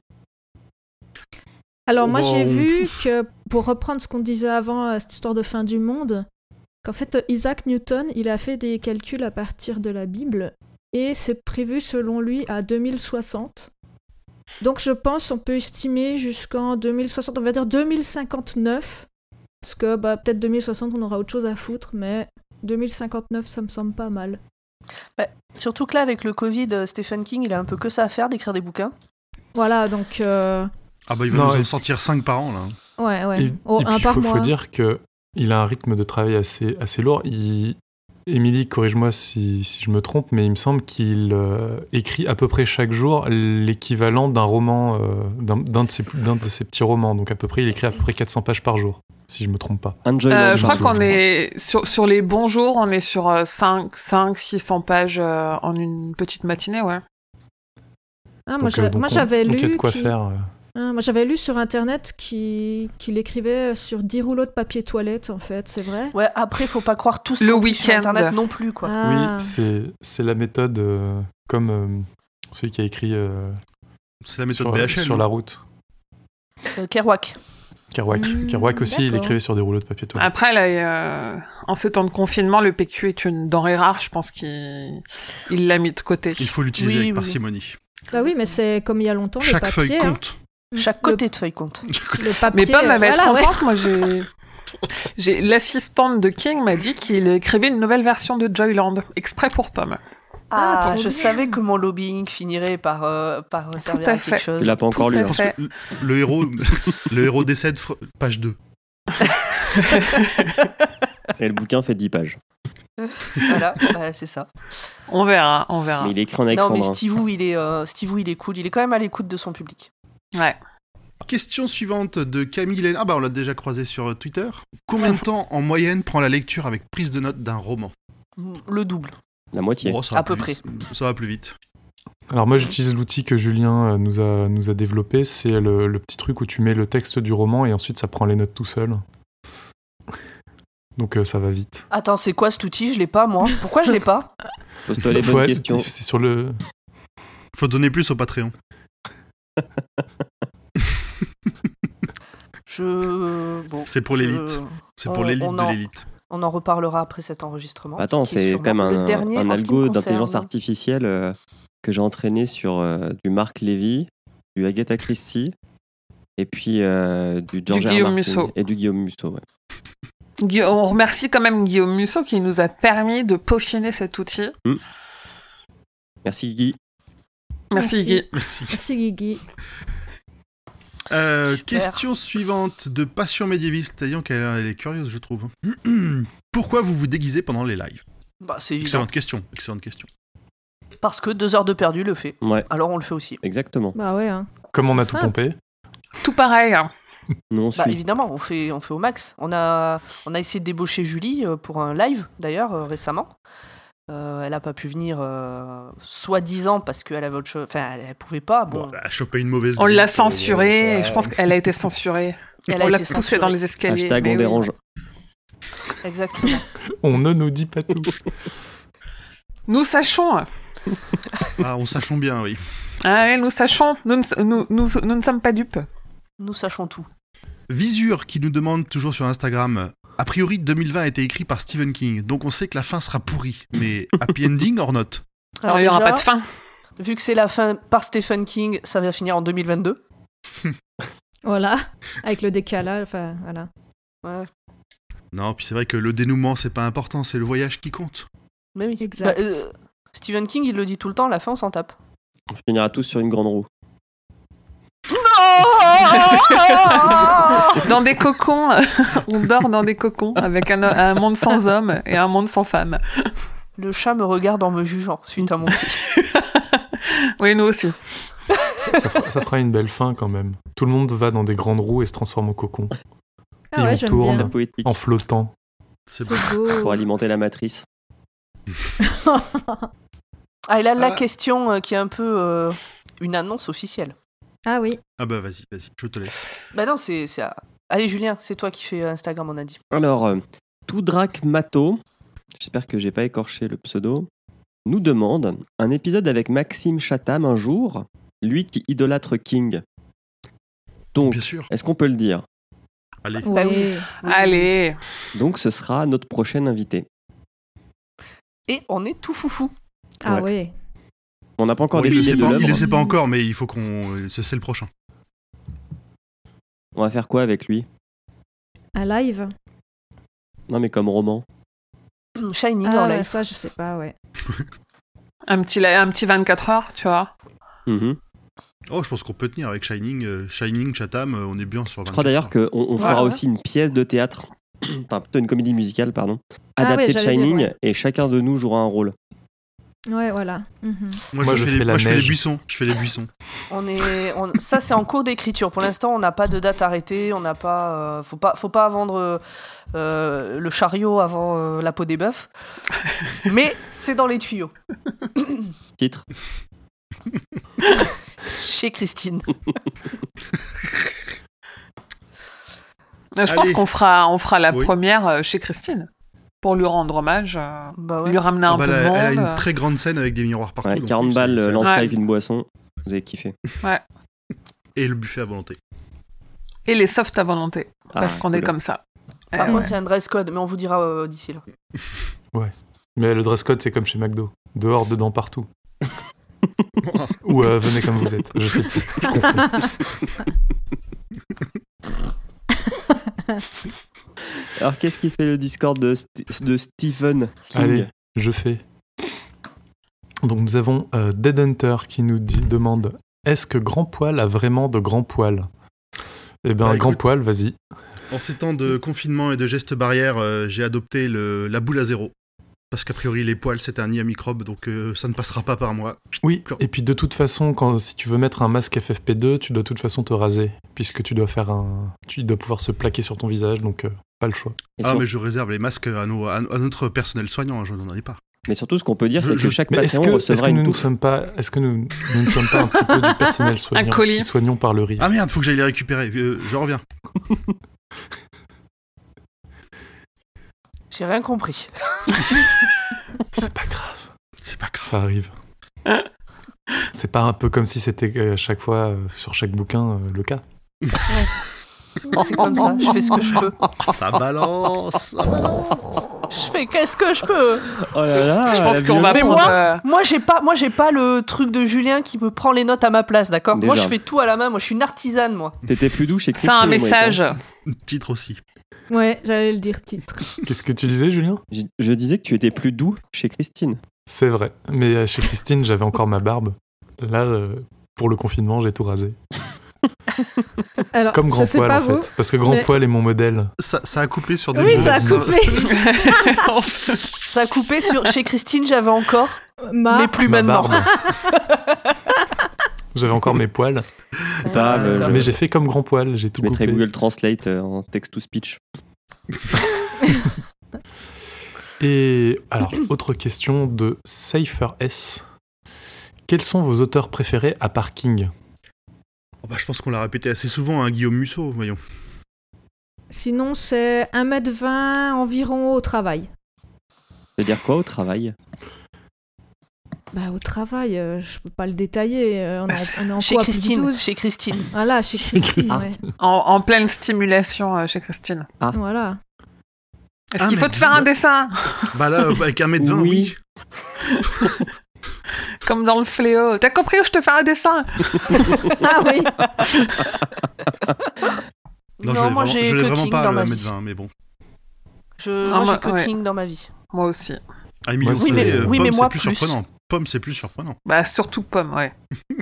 [SPEAKER 5] Alors moi j'ai
[SPEAKER 1] Wow.
[SPEAKER 5] vu que pour reprendre ce qu'on disait avant euh, cette histoire de fin du monde, qu'en fait euh, Isaac Newton il a fait des calculs à partir de la Bible et c'est prévu selon lui à 2060. Donc je pense on peut estimer jusqu'en 2060, on va dire 2059, parce que bah, peut-être 2060 on aura autre chose à foutre, mais 2059 ça me semble pas mal.
[SPEAKER 3] Surtout que là, avec le Covid, euh, Stephen King, il a un peu que ça à faire d'écrire des bouquins.
[SPEAKER 5] Voilà donc euh,
[SPEAKER 1] Ah bah il va
[SPEAKER 7] Non,
[SPEAKER 1] nous en
[SPEAKER 7] et-
[SPEAKER 1] sortir 5 par an là.
[SPEAKER 5] ouais ouais,
[SPEAKER 7] Et,
[SPEAKER 5] Oh,
[SPEAKER 7] et puis,
[SPEAKER 5] un par
[SPEAKER 7] faut,
[SPEAKER 5] mois.
[SPEAKER 7] faut dire que il a un rythme de travail assez, assez lourd. Il... Émilie, corrige-moi si, si je me trompe, mais il me semble qu'il euh, écrit à peu près chaque jour l'équivalent d'un roman, euh, d'un d'un de, ses plus- d'un de ses petits romans. Donc à peu près, il écrit à peu près 400 pages par jour, si je me trompe
[SPEAKER 5] Ah,
[SPEAKER 7] pas.
[SPEAKER 2] Enjoy
[SPEAKER 6] Euh,
[SPEAKER 2] Lord
[SPEAKER 6] je crois
[SPEAKER 2] Margot.
[SPEAKER 6] qu'on est sur, sur les bons jours, on est sur euh, 5, 5 600 pages euh, en une petite matinée, ouais.
[SPEAKER 5] Ah, moi
[SPEAKER 7] Donc,
[SPEAKER 5] j'a-
[SPEAKER 7] euh, donc
[SPEAKER 5] moi,
[SPEAKER 7] on-
[SPEAKER 5] j'avais lu
[SPEAKER 7] donc il y a de quoi
[SPEAKER 5] qu'il-
[SPEAKER 7] faire. euh.
[SPEAKER 5] Ah, moi, j'avais lu sur internet qui- qu'il écrivait sur 10 rouleaux de papier toilette, en fait, c'est vrai
[SPEAKER 3] Ouais, après, faut pas croire tout ce
[SPEAKER 6] Le
[SPEAKER 3] qu'on dit sur
[SPEAKER 6] week-end.
[SPEAKER 3] Internet non plus, quoi.
[SPEAKER 5] Ah.
[SPEAKER 7] Oui, c'est c'est la méthode euh, comme euh, celui qui a écrit euh,
[SPEAKER 1] C'est la méthode
[SPEAKER 7] sur,
[SPEAKER 1] BHL.
[SPEAKER 7] sur
[SPEAKER 1] non
[SPEAKER 7] la route.
[SPEAKER 3] Euh, Kerouac.
[SPEAKER 7] Kerouac.
[SPEAKER 5] Mm,
[SPEAKER 7] Kerouac aussi, il
[SPEAKER 5] d'accord.
[SPEAKER 7] écrivait sur des rouleaux de papier toilette.
[SPEAKER 6] Après, là, euh, en ces temps de confinement, le PQ est une denrée rare, je pense qu'il il l'a mis de côté.
[SPEAKER 1] Il faut l'utiliser
[SPEAKER 3] Oui,
[SPEAKER 1] avec
[SPEAKER 3] oui.
[SPEAKER 1] parcimonie.
[SPEAKER 5] Bah oui, mais c'est comme il y a longtemps, le
[SPEAKER 1] Chaque
[SPEAKER 5] papier.
[SPEAKER 1] feuille
[SPEAKER 5] hein.
[SPEAKER 1] compte. (laughs)
[SPEAKER 3] Chaque côté de feuille compte.
[SPEAKER 5] Le, le papier.
[SPEAKER 6] Mais Pomme, elle va être
[SPEAKER 5] voilà, ouais.
[SPEAKER 6] contente, moi j'ai... (laughs) j'ai... L'assistante de King m'a dit qu'il écrivait une nouvelle version de Joyland, exprès pour Pomme.
[SPEAKER 5] Ah,
[SPEAKER 3] Ah,
[SPEAKER 5] trop
[SPEAKER 3] je
[SPEAKER 5] bien.
[SPEAKER 3] savais que mon lobbying finirait par, euh, par servir à,
[SPEAKER 6] à
[SPEAKER 3] quelque
[SPEAKER 6] fait.
[SPEAKER 3] chose.
[SPEAKER 2] Tu l'as pas encore lu.
[SPEAKER 6] Tout à
[SPEAKER 2] hein.
[SPEAKER 6] fait.
[SPEAKER 1] Le héros, (laughs) le héros décède, fr- page 2.
[SPEAKER 2] Et le bouquin fait 10 pages.
[SPEAKER 3] voilà, bah, c'est ça.
[SPEAKER 6] On verra, on verra.
[SPEAKER 2] Mais il écrit en
[SPEAKER 3] Non,
[SPEAKER 2] Alexandre.
[SPEAKER 3] mais Steve il est, euh, Steve il est cool. Il est quand même à l'écoute de son public.
[SPEAKER 6] Ouais.
[SPEAKER 1] Question suivante de Camille Hélène. Ah bah on l'a déjà croisé sur euh, Twitter. Combien de temps en moyenne prend la lecture avec prise de notes d'un roman
[SPEAKER 3] Mm, Le double.
[SPEAKER 2] hein, La moitié.
[SPEAKER 1] Oh, ça va
[SPEAKER 3] À peu
[SPEAKER 1] plus vite. Ça va plus vite.
[SPEAKER 7] Alors moi j'utilise l'outil que Julien euh, nous a, nous a développé, c'est le, le petit truc où tu mets le texte du roman et ensuite ça prend les notes tout seul. Donc euh, ça va vite.
[SPEAKER 3] Attends, c'est quoi cet outil Je l'ai pas, moi. Pourquoi je l'ai pas
[SPEAKER 2] Pose-toi les
[SPEAKER 7] Faut
[SPEAKER 2] bonnes
[SPEAKER 7] être-
[SPEAKER 2] questions.
[SPEAKER 7] C'est sur le...
[SPEAKER 1] Faut donner plus au Patreon.
[SPEAKER 3] Je. Bon.
[SPEAKER 1] C'est pour
[SPEAKER 3] je-
[SPEAKER 1] l'élite. C'est pour
[SPEAKER 3] On-
[SPEAKER 1] l'élite
[SPEAKER 3] Oh, on
[SPEAKER 1] de
[SPEAKER 3] en-
[SPEAKER 1] l'élite.
[SPEAKER 3] On en reparlera après cet enregistrement.
[SPEAKER 2] Attends,
[SPEAKER 3] qui est
[SPEAKER 2] c'est
[SPEAKER 3] sûrement
[SPEAKER 2] quand même
[SPEAKER 3] le
[SPEAKER 2] un,
[SPEAKER 3] dernier
[SPEAKER 2] un
[SPEAKER 3] en ce qui
[SPEAKER 2] algo
[SPEAKER 3] me concerne.
[SPEAKER 2] d'intelligence artificielle euh, que j'ai entraîné sur euh, du Marc Lévy, du Agatha Christie et puis euh, du George R.
[SPEAKER 6] Guillaume
[SPEAKER 2] Martin.
[SPEAKER 6] Musso.
[SPEAKER 2] Et du Guillaume Musso, ouais.
[SPEAKER 6] Guilla- On remercie quand même Guillaume Musso qui nous a permis de peaufiner cet outil.
[SPEAKER 2] Merci Guy.
[SPEAKER 6] Merci,
[SPEAKER 5] Merci.
[SPEAKER 6] Guy.
[SPEAKER 3] (laughs)
[SPEAKER 1] Merci.
[SPEAKER 5] Merci Guigui.
[SPEAKER 1] Euh,
[SPEAKER 3] Super.
[SPEAKER 1] question suivante de Passion médiéviste. Disons qu'elle elle est curieuse, je trouve. (clears throat) Pourquoi vous vous déguisez pendant les lives
[SPEAKER 3] Bah, c'est évident.
[SPEAKER 1] Excellente question. Excellente question.
[SPEAKER 3] Parce que deux heures de perdu le fait.
[SPEAKER 2] Ouais,
[SPEAKER 3] Alors on le fait aussi.
[SPEAKER 2] exactement.
[SPEAKER 5] Bah ouais. hein.
[SPEAKER 7] Comme on a
[SPEAKER 5] C'est
[SPEAKER 7] tout
[SPEAKER 5] simple.
[SPEAKER 7] pompé.
[SPEAKER 6] Tout pareil. hein.
[SPEAKER 2] Non, on
[SPEAKER 3] Bah,
[SPEAKER 2] suit.
[SPEAKER 3] évidemment, on fait, on fait au max. On a, on a essayé de débaucher Julie euh, pour un live, d'ailleurs, euh, récemment. Euh, elle n'a pas pu venir, euh, soi-disant, parce qu'elle avait autre chose. Enfin, elle ne pouvait pas. Bon,
[SPEAKER 1] Bon, elle a chopé une mauvaise.
[SPEAKER 6] On l'a
[SPEAKER 1] grippe,
[SPEAKER 6] censuré.
[SPEAKER 1] euh,
[SPEAKER 6] et je pense qu'elle a été (laughs) censurée.
[SPEAKER 3] elle
[SPEAKER 6] on
[SPEAKER 3] a
[SPEAKER 6] l'a
[SPEAKER 3] été
[SPEAKER 6] poussée
[SPEAKER 3] censurée.
[SPEAKER 6] dans les escaliers.
[SPEAKER 2] Hashtag
[SPEAKER 6] mais
[SPEAKER 2] on
[SPEAKER 6] oui.
[SPEAKER 2] dérange.
[SPEAKER 6] (laughs)
[SPEAKER 3] Exactement.
[SPEAKER 7] On ne nous dit pas tout.
[SPEAKER 6] Nous sachons.
[SPEAKER 1] Ah, on sachons bien, oui.
[SPEAKER 6] Ah oui, nous sachons. Nous, ne- nous, nous, nous ne sommes pas dupes.
[SPEAKER 3] Nous sachons tout.
[SPEAKER 1] Visure qui nous demande toujours sur Instagram. A priori, 2020 a été écrit par Stephen King, donc on sait que la fin sera pourrie.
[SPEAKER 6] (laughs)
[SPEAKER 1] Mais happy ending or not
[SPEAKER 6] Alors, il n'y aura
[SPEAKER 3] déjà,
[SPEAKER 6] pas de fin.
[SPEAKER 3] Vu que c'est la fin par Stephen King, ça va finir en 2022.
[SPEAKER 7] (laughs)
[SPEAKER 5] Voilà. Avec le décalage. Enfin, voilà.
[SPEAKER 3] Ouais,
[SPEAKER 1] Non, puis c'est vrai que le dénouement, c'est pas important, c'est le voyage qui compte.
[SPEAKER 3] mais oui.
[SPEAKER 5] Exact.
[SPEAKER 3] Bah, euh, Stephen King, il le dit tout le temps, la fin, on s'en tape.
[SPEAKER 2] On finira tous sur une grande roue.
[SPEAKER 6] Dans des cocons. euh, (laughs) on dort dans des cocons avec un, un monde sans hommes et un monde sans femmes.
[SPEAKER 3] (laughs) Le chat me regarde en me jugeant suite à mon
[SPEAKER 6] (laughs) Oui, nous aussi.
[SPEAKER 7] ça, ça fera, ça fera une belle fin quand même. Tout le monde va dans des grandes roues et se transforme en cocon,
[SPEAKER 5] Ah
[SPEAKER 7] Et on
[SPEAKER 5] ouais, j'aime
[SPEAKER 7] tourne.
[SPEAKER 5] bien.
[SPEAKER 2] Poétique.
[SPEAKER 7] en flottant.
[SPEAKER 1] C'est bon.
[SPEAKER 5] C'est
[SPEAKER 2] Pour
[SPEAKER 5] beau.
[SPEAKER 2] alimenter la matrice.
[SPEAKER 3] Ah, et là, la
[SPEAKER 1] Ah.
[SPEAKER 3] question euh, qui est un peu euh, une annonce officielle.
[SPEAKER 5] (laughs) Ah oui.
[SPEAKER 1] Ah bah vas-y, vas-y, je te laisse.
[SPEAKER 3] Bah non, c'est. c'est- Allez, Julien, c'est toi qui fais euh, Instagram, on a dit.
[SPEAKER 2] Alors, euh, Toudrak Mato, j'espère que j'ai pas écorché le pseudo, nous demande un épisode avec Maxime Chatham un jour, lui qui idolâtre King. Donc,
[SPEAKER 1] Bien sûr.
[SPEAKER 2] est-ce qu'on peut le dire
[SPEAKER 1] Allez.
[SPEAKER 5] Oui.
[SPEAKER 3] Bah oui.
[SPEAKER 6] Allez.
[SPEAKER 2] Donc, ce sera notre prochain invité.
[SPEAKER 3] Et on est tout foufou. (clears throat)
[SPEAKER 5] Ah ouais.
[SPEAKER 2] On n'a pas encore
[SPEAKER 1] Bon, il, le sait
[SPEAKER 2] décidé de
[SPEAKER 1] pas, il le
[SPEAKER 2] l'œuvre.
[SPEAKER 1] sait pas encore, mais il faut qu'on. C'est c'est le prochain.
[SPEAKER 2] On va faire quoi avec lui
[SPEAKER 5] Un live.
[SPEAKER 2] Non, mais comme roman.
[SPEAKER 3] Shining en
[SPEAKER 5] Ah ouais,
[SPEAKER 3] live.
[SPEAKER 5] ça je sais pas. Ouais.
[SPEAKER 6] Un petit, la- un petit 24 heures, tu vois.
[SPEAKER 2] Mhm.
[SPEAKER 1] Oh, je pense qu'on peut tenir avec Shining, euh, Shining, Chatham, euh, on est bien sur.
[SPEAKER 2] Je crois d'ailleurs qu'on on on fera
[SPEAKER 3] Ouais.
[SPEAKER 2] aussi une pièce de théâtre, (clears throat) enfin plutôt une comédie musicale, pardon,
[SPEAKER 5] Ah ouais,
[SPEAKER 2] adaptée de
[SPEAKER 5] j'allais dire,
[SPEAKER 2] Shining,
[SPEAKER 5] ouais.
[SPEAKER 2] et chacun de nous jouera un rôle.
[SPEAKER 5] Ouais, voilà. Mhm.
[SPEAKER 1] Moi,
[SPEAKER 7] Moi,
[SPEAKER 1] je,
[SPEAKER 7] je
[SPEAKER 1] fais,
[SPEAKER 7] fais
[SPEAKER 1] les,
[SPEAKER 7] la
[SPEAKER 1] moi, je fais les
[SPEAKER 7] neige.
[SPEAKER 1] buissons. Je fais les buissons.
[SPEAKER 3] On est, on- ça, c'est en cours d'écriture. Pour l'instant, on n'a pas de date arrêtée. On n'a pas, euh, faut pas, faut pas vendre euh, euh, le chariot avant euh, la peau des bœufs. Mais c'est dans les tuyaux.
[SPEAKER 2] Titre
[SPEAKER 3] Chez Christine.
[SPEAKER 6] Euh, Je pense
[SPEAKER 1] Allez.
[SPEAKER 6] qu'on fera, on fera la
[SPEAKER 1] Oui.
[SPEAKER 6] première euh, chez Christine pour lui rendre hommage, euh,
[SPEAKER 3] Bah ouais.
[SPEAKER 6] lui ramener un euh,
[SPEAKER 1] Ah bah,
[SPEAKER 6] peu
[SPEAKER 1] elle,
[SPEAKER 6] de
[SPEAKER 1] a-
[SPEAKER 6] monde.
[SPEAKER 1] elle a une très grande scène avec des miroirs partout.
[SPEAKER 2] Ouais,
[SPEAKER 1] donc,
[SPEAKER 2] 40
[SPEAKER 1] c'est-
[SPEAKER 2] balles
[SPEAKER 1] c'est-
[SPEAKER 2] euh, l'entrée
[SPEAKER 6] Ouais.
[SPEAKER 2] avec une boisson, vous avez kiffé.
[SPEAKER 1] Et le buffet à volonté. (laughs)
[SPEAKER 6] Et les softs à volonté,
[SPEAKER 2] Ah,
[SPEAKER 6] parce qu'on est
[SPEAKER 2] cool.
[SPEAKER 6] comme ça.
[SPEAKER 3] Par
[SPEAKER 1] Ah
[SPEAKER 6] Eh
[SPEAKER 3] contre,
[SPEAKER 6] ouais.
[SPEAKER 3] il y a un dress code, mais on vous dira euh, d'ici là.
[SPEAKER 7] Mais le dress code, c'est comme chez McDo. Dehors,
[SPEAKER 5] (laughs)
[SPEAKER 7] dedans, partout. Ou euh, venez comme vous êtes. Je sais plus. Je confonds.
[SPEAKER 2] Alors, qu'est-ce qui fait le Discord de, St- de Stephen King
[SPEAKER 7] Allez, je fais. Donc nous avons euh, Dead Hunter qui nous dit, demande Est-ce que Grand Poil a vraiment de grands poils Eh bien,
[SPEAKER 1] Bah,
[SPEAKER 7] Grand
[SPEAKER 1] écoute.
[SPEAKER 7] Poil, vas-y.
[SPEAKER 1] En ces temps de confinement et de gestes barrières, euh, j'ai adopté le, la boule à zéro. Parce qu'a priori, les poils, c'est un nid à microbes, donc euh, ça ne passera pas par moi.
[SPEAKER 7] Oui,
[SPEAKER 1] Plus-
[SPEAKER 7] et puis de toute façon, quand, si tu veux mettre un masque FFP2, tu dois de toute façon te raser, puisque tu dois faire un, tu dois pouvoir se plaquer sur ton visage, donc euh, pas le choix.
[SPEAKER 2] Et
[SPEAKER 1] Ah,
[SPEAKER 2] sur-
[SPEAKER 1] mais je réserve les masques à, nos- à- à notre personnel soignant, hein, je n'en ai pas.
[SPEAKER 2] Mais surtout, ce qu'on peut dire,
[SPEAKER 1] Je-
[SPEAKER 2] c'est
[SPEAKER 1] je-
[SPEAKER 2] que chaque
[SPEAKER 7] Mais est-ce
[SPEAKER 2] patient
[SPEAKER 7] que,
[SPEAKER 2] Bah,
[SPEAKER 7] est-ce
[SPEAKER 2] recevra
[SPEAKER 7] que nous
[SPEAKER 2] une
[SPEAKER 7] ne
[SPEAKER 2] touffe.
[SPEAKER 7] sommes pas, est-ce que nous, nous ne sommes pas un petit peu du personnel soignant,
[SPEAKER 6] colis.
[SPEAKER 7] qui soignons par le rire
[SPEAKER 1] Ah merde, faut que j'aille les récupérer, euh, je reviens.
[SPEAKER 3] J'ai rien compris.
[SPEAKER 7] C'est pas grave,
[SPEAKER 1] C'est pas grave.
[SPEAKER 7] ça arrive. C'est pas un peu comme si c'était euh, chaque fois euh, sur chaque bouquin euh, le cas.
[SPEAKER 3] C'est comme ça, je fais ce que je peux.
[SPEAKER 1] Ça balance, ça balance.
[SPEAKER 3] Je fais qu'est-ce que je peux.
[SPEAKER 2] Oh là là
[SPEAKER 6] Je pense qu'on va
[SPEAKER 3] Ah, Mais
[SPEAKER 6] prendre.
[SPEAKER 3] moi-
[SPEAKER 6] euh,
[SPEAKER 3] Moi, j'ai pas, moi, j'ai pas le truc de Julien qui me prend les notes à ma place, d'accord Moi,
[SPEAKER 2] Déjà.
[SPEAKER 3] je fais tout à la main. Moi, je suis une artisane, moi.
[SPEAKER 2] T'étais plus douche et
[SPEAKER 6] C'est un message.
[SPEAKER 1] Titre aussi.
[SPEAKER 5] Ouais, j'allais le dire titre.
[SPEAKER 7] (laughs) Qu'est-ce que tu disais, Julien
[SPEAKER 2] Je, je disais que tu étais plus doux chez Christine.
[SPEAKER 7] C'est vrai. Mais euh, chez Christine, j'avais encore ma barbe. Là, euh, pour le confinement, j'ai tout rasé.
[SPEAKER 5] Alors,
[SPEAKER 7] Comme
[SPEAKER 5] Ah, je
[SPEAKER 7] Grand
[SPEAKER 5] sais
[SPEAKER 7] Poil,
[SPEAKER 5] pas
[SPEAKER 7] en
[SPEAKER 5] vous.
[SPEAKER 7] fait. Parce que Grand
[SPEAKER 5] mais-
[SPEAKER 7] Poil est mon modèle.
[SPEAKER 1] Ça, ça a coupé sur des
[SPEAKER 5] Oui,
[SPEAKER 1] jeux.
[SPEAKER 5] ça a coupé.
[SPEAKER 6] (laughs)
[SPEAKER 3] Ça a coupé sur chez Christine, j'avais encore,
[SPEAKER 5] Ma...
[SPEAKER 3] mais plus
[SPEAKER 7] Ma
[SPEAKER 3] maintenant.
[SPEAKER 7] barbe. (laughs) J'avais encore mes poils.
[SPEAKER 2] Pas, mais je-
[SPEAKER 7] Mais j'ai fait comme Grand Poil, j'ai Ah, tout
[SPEAKER 2] Je mettrai
[SPEAKER 7] coupé.
[SPEAKER 2] Google Translate euh, en text-to-speech.
[SPEAKER 7] Et alors, (clears throat) autre question de Cypher S. Quels sont vos auteurs préférés à part King
[SPEAKER 1] (laughs) Oh, bah, je pense qu'on l'a répété assez souvent, hein, Guillaume Musso, voyons.
[SPEAKER 5] Sinon, c'est 1m20 environ au travail.
[SPEAKER 2] C'est-à-dire quoi au travail
[SPEAKER 5] Bah, au travail, euh, je peux pas le détailler. euh, on, est en- on est en
[SPEAKER 3] Chez
[SPEAKER 5] quoi, plus de
[SPEAKER 3] Christine,
[SPEAKER 5] 12?
[SPEAKER 3] chez Christine.
[SPEAKER 5] Voilà, chez Christine.
[SPEAKER 2] Christine.
[SPEAKER 5] ouais.
[SPEAKER 6] En, en pleine stimulation euh, chez Christine.
[SPEAKER 5] Voilà.
[SPEAKER 6] Est-ce
[SPEAKER 1] Ah,
[SPEAKER 6] qu'il
[SPEAKER 1] mais
[SPEAKER 6] faut te faire un
[SPEAKER 1] dis-
[SPEAKER 6] dessin
[SPEAKER 1] Bah là, euh, avec 1m20, oui.
[SPEAKER 2] Oui.
[SPEAKER 6] Comme dans le fléau. T'as compris où je te fais un dessin
[SPEAKER 5] Ah oui.
[SPEAKER 1] (laughs) Non,
[SPEAKER 3] Non, moi,
[SPEAKER 1] je l'ai
[SPEAKER 3] j'ai
[SPEAKER 1] vraiment, je l'ai
[SPEAKER 3] que
[SPEAKER 1] vraiment
[SPEAKER 3] King
[SPEAKER 1] pas
[SPEAKER 3] dans
[SPEAKER 1] le
[SPEAKER 3] ma
[SPEAKER 1] 1m20, mais bon.
[SPEAKER 3] Je,
[SPEAKER 6] Ah,
[SPEAKER 3] moi,
[SPEAKER 6] moi,
[SPEAKER 3] j'ai que
[SPEAKER 6] ouais.
[SPEAKER 3] King dans ma vie.
[SPEAKER 6] Moi aussi.
[SPEAKER 1] Ah, Emilio,
[SPEAKER 7] Oui,
[SPEAKER 1] c'est,
[SPEAKER 7] mais-
[SPEAKER 1] euh,
[SPEAKER 3] oui,
[SPEAKER 1] Pomme,
[SPEAKER 3] mais
[SPEAKER 1] c'est
[SPEAKER 3] moi,
[SPEAKER 1] plus,
[SPEAKER 3] plus.
[SPEAKER 1] surprenant. Pomme, c'est plus surprenant.
[SPEAKER 6] Bah, surtout pomme, ouais.
[SPEAKER 3] Bah,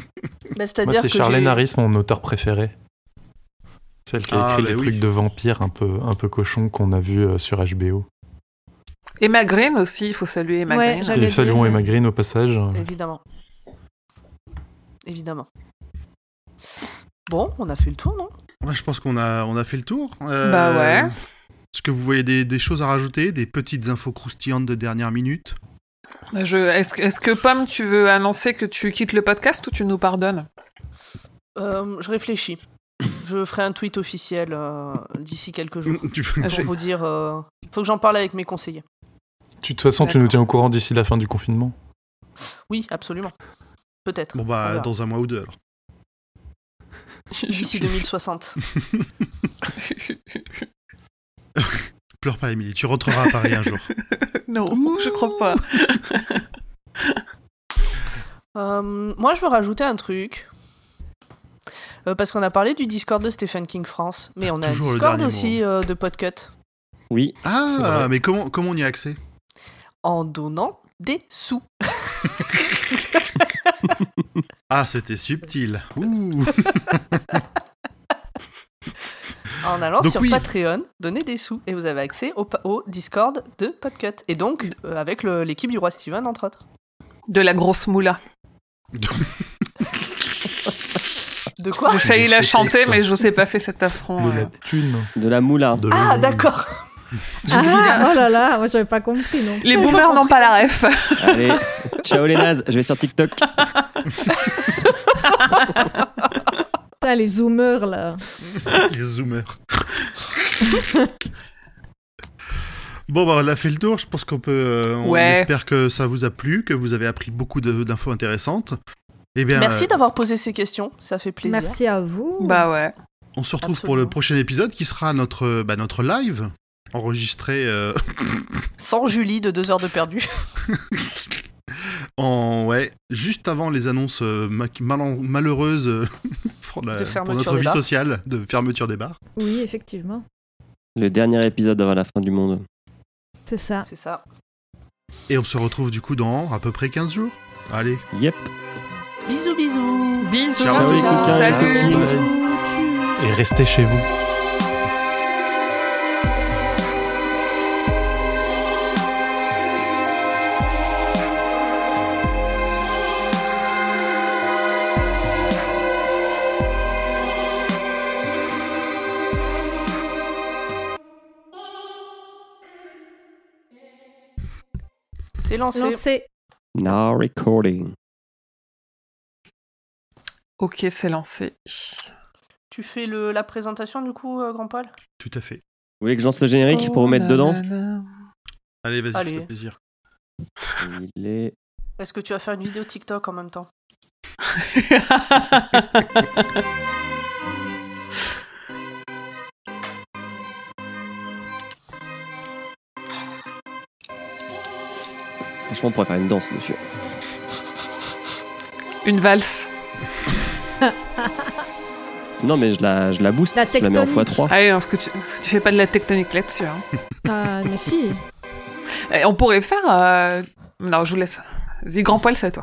[SPEAKER 7] Moi,
[SPEAKER 3] c'est-à-dire
[SPEAKER 7] c'est
[SPEAKER 3] que
[SPEAKER 7] Charlène
[SPEAKER 3] j'ai-
[SPEAKER 7] Harris, mon auteur préféré. Celle qui a
[SPEAKER 1] Ah,
[SPEAKER 7] écrit
[SPEAKER 1] bah
[SPEAKER 7] les
[SPEAKER 1] oui.
[SPEAKER 7] trucs de vampires un peu, un peu cochons qu'on a vu euh, sur HBO.
[SPEAKER 6] Emma Green aussi, il faut saluer Emma
[SPEAKER 5] Ouais,
[SPEAKER 6] Green.
[SPEAKER 3] Ah,
[SPEAKER 5] j'avais- J'allais
[SPEAKER 7] Et saluons
[SPEAKER 5] dire.
[SPEAKER 7] Emma Green au passage.
[SPEAKER 3] Évidemment. Évidemment. Bon, on a fait le tour, non
[SPEAKER 1] Ouais, je pense qu'on a, on a fait le tour. Euh,
[SPEAKER 6] Bah ouais.
[SPEAKER 1] Est-ce que vous voyez des, des choses à rajouter Des petites infos croustillantes de dernière
[SPEAKER 3] (laughs)
[SPEAKER 1] minute
[SPEAKER 6] Bah, je- Est-ce que- est-ce que Pomme, tu veux annoncer que tu quittes le podcast ou tu nous pardonnes
[SPEAKER 3] Euh, Je réfléchis. Je ferai un tweet officiel euh, d'ici quelques jours
[SPEAKER 1] Tu veux-
[SPEAKER 6] Ah,
[SPEAKER 3] pour
[SPEAKER 6] je-
[SPEAKER 3] vous dire. euh, Il faut que j'en parle avec mes conseillers.
[SPEAKER 7] Tu- De toute façon, tu
[SPEAKER 6] D'accord.
[SPEAKER 7] nous tiens au courant d'ici la fin du confinement.
[SPEAKER 3] Oui, absolument. Peut-être.
[SPEAKER 1] Bon,
[SPEAKER 3] On
[SPEAKER 1] bah,
[SPEAKER 3] verra.
[SPEAKER 1] dans un mois ou deux, alors. (laughs)
[SPEAKER 3] D'ici 2060.
[SPEAKER 1] Pleure pas, Émilie, tu rentreras à Paris un jour.
[SPEAKER 6] Euh, Non, je crois pas.
[SPEAKER 3] Euh, moi, je veux rajouter un truc. Euh, parce qu'on a parlé du Discord de Stephen King France, mais on a un
[SPEAKER 1] Toujours le
[SPEAKER 3] Discord
[SPEAKER 1] dernier
[SPEAKER 3] aussi euh, de Podcut
[SPEAKER 2] Oui,
[SPEAKER 1] Ah,
[SPEAKER 7] C'est vrai.
[SPEAKER 1] mais comment, comment on y a accès
[SPEAKER 3] en donnant des sous.
[SPEAKER 1] Ah, c'était subtil. Ouh.
[SPEAKER 3] En allant
[SPEAKER 1] Donc
[SPEAKER 3] sur
[SPEAKER 1] oui.
[SPEAKER 3] Patreon, donnez des sous et vous avez accès au, pa- au Discord de Podcut. Et donc, euh, avec le- l'équipe du Roi Steven, entre autres.
[SPEAKER 6] De la grosse moula.
[SPEAKER 3] De quoi
[SPEAKER 6] J'ai failli la
[SPEAKER 7] Des
[SPEAKER 6] chanter,
[SPEAKER 7] pépettes.
[SPEAKER 6] mais je vous ai pas fait cet affront.
[SPEAKER 7] De
[SPEAKER 6] euh.
[SPEAKER 7] la thune.
[SPEAKER 2] de la
[SPEAKER 7] (laughs)
[SPEAKER 2] moula.
[SPEAKER 7] de
[SPEAKER 3] Ah, (laughs)
[SPEAKER 7] l'oseille.
[SPEAKER 3] d'accord
[SPEAKER 5] Ah, oh là là, moi j'avais pas compris non.
[SPEAKER 6] Les boomers n'ont pas la ref. (laughs)
[SPEAKER 2] Allez, ciao les nazes, je vais sur TikTok.
[SPEAKER 5] Putain, les zoomers là.
[SPEAKER 1] (laughs) Les zoomers. Bon, bah, on a fait le tour. Je pense qu'on peut. euh, on
[SPEAKER 6] Ouais.
[SPEAKER 1] espère que ça vous a plu, que vous avez appris beaucoup de- d'infos intéressantes. Eh bien,
[SPEAKER 3] Merci
[SPEAKER 1] euh,
[SPEAKER 3] d'avoir posé ces questions, ça fait plaisir.
[SPEAKER 5] Merci à vous.
[SPEAKER 6] Bah ouais.
[SPEAKER 1] on se retrouve pour
[SPEAKER 3] Absolument.
[SPEAKER 1] le prochain épisode qui sera notre, euh, bah, notre live enregistré euh, (laughs)
[SPEAKER 3] Sans Julie de deux heures de perdu.
[SPEAKER 1] en ouais juste avant les annonces euh, ma- mal- malheureuses euh, (laughs) pour, la-
[SPEAKER 3] De
[SPEAKER 1] pour
[SPEAKER 3] fermeture
[SPEAKER 1] notre
[SPEAKER 3] des
[SPEAKER 1] vie
[SPEAKER 3] bars.
[SPEAKER 1] sociale de fermeture des bars.
[SPEAKER 5] Oui, effectivement.
[SPEAKER 2] Le dernier épisode avant la fin du monde.
[SPEAKER 5] C'est ça.
[SPEAKER 3] C'est ça.
[SPEAKER 1] Et on se retrouve du coup dans à peu près 15 jours. Allez,
[SPEAKER 2] Yep.
[SPEAKER 3] Bisous, bisous
[SPEAKER 6] Bisous.
[SPEAKER 1] Ciao, les coquins, les
[SPEAKER 6] Salut.
[SPEAKER 2] coquines.
[SPEAKER 7] Et restez chez vous.
[SPEAKER 3] C'est lancé.
[SPEAKER 5] Lancé.
[SPEAKER 2] Now recording.
[SPEAKER 6] Ok, c'est lancé.
[SPEAKER 3] Tu fais le, la présentation du coup, euh, Grand Paul
[SPEAKER 1] Tout à fait.
[SPEAKER 2] Vous voulez que je lance le générique
[SPEAKER 6] Oh
[SPEAKER 2] pour vous mettre dedans
[SPEAKER 6] dedans
[SPEAKER 1] Allez, vas-y,
[SPEAKER 3] Allez.
[SPEAKER 1] fais plaisir.
[SPEAKER 2] Il est.
[SPEAKER 3] Est-ce que tu vas faire une vidéo TikTok en même temps
[SPEAKER 2] Franchement, on pourrait faire une danse, monsieur.
[SPEAKER 6] (laughs) Une valse.
[SPEAKER 2] Non, mais je la, je la booste.
[SPEAKER 5] La
[SPEAKER 2] je la mets en
[SPEAKER 5] tectonique.
[SPEAKER 2] x3.
[SPEAKER 6] Ah oui, parce que tu, parce que tu fais pas de la tectonique là-dessus. hein.
[SPEAKER 5] Ah, mais si.
[SPEAKER 6] Et on pourrait faire. euh, Non, je vous laisse. Vas-y, grand poil, c'est à toi.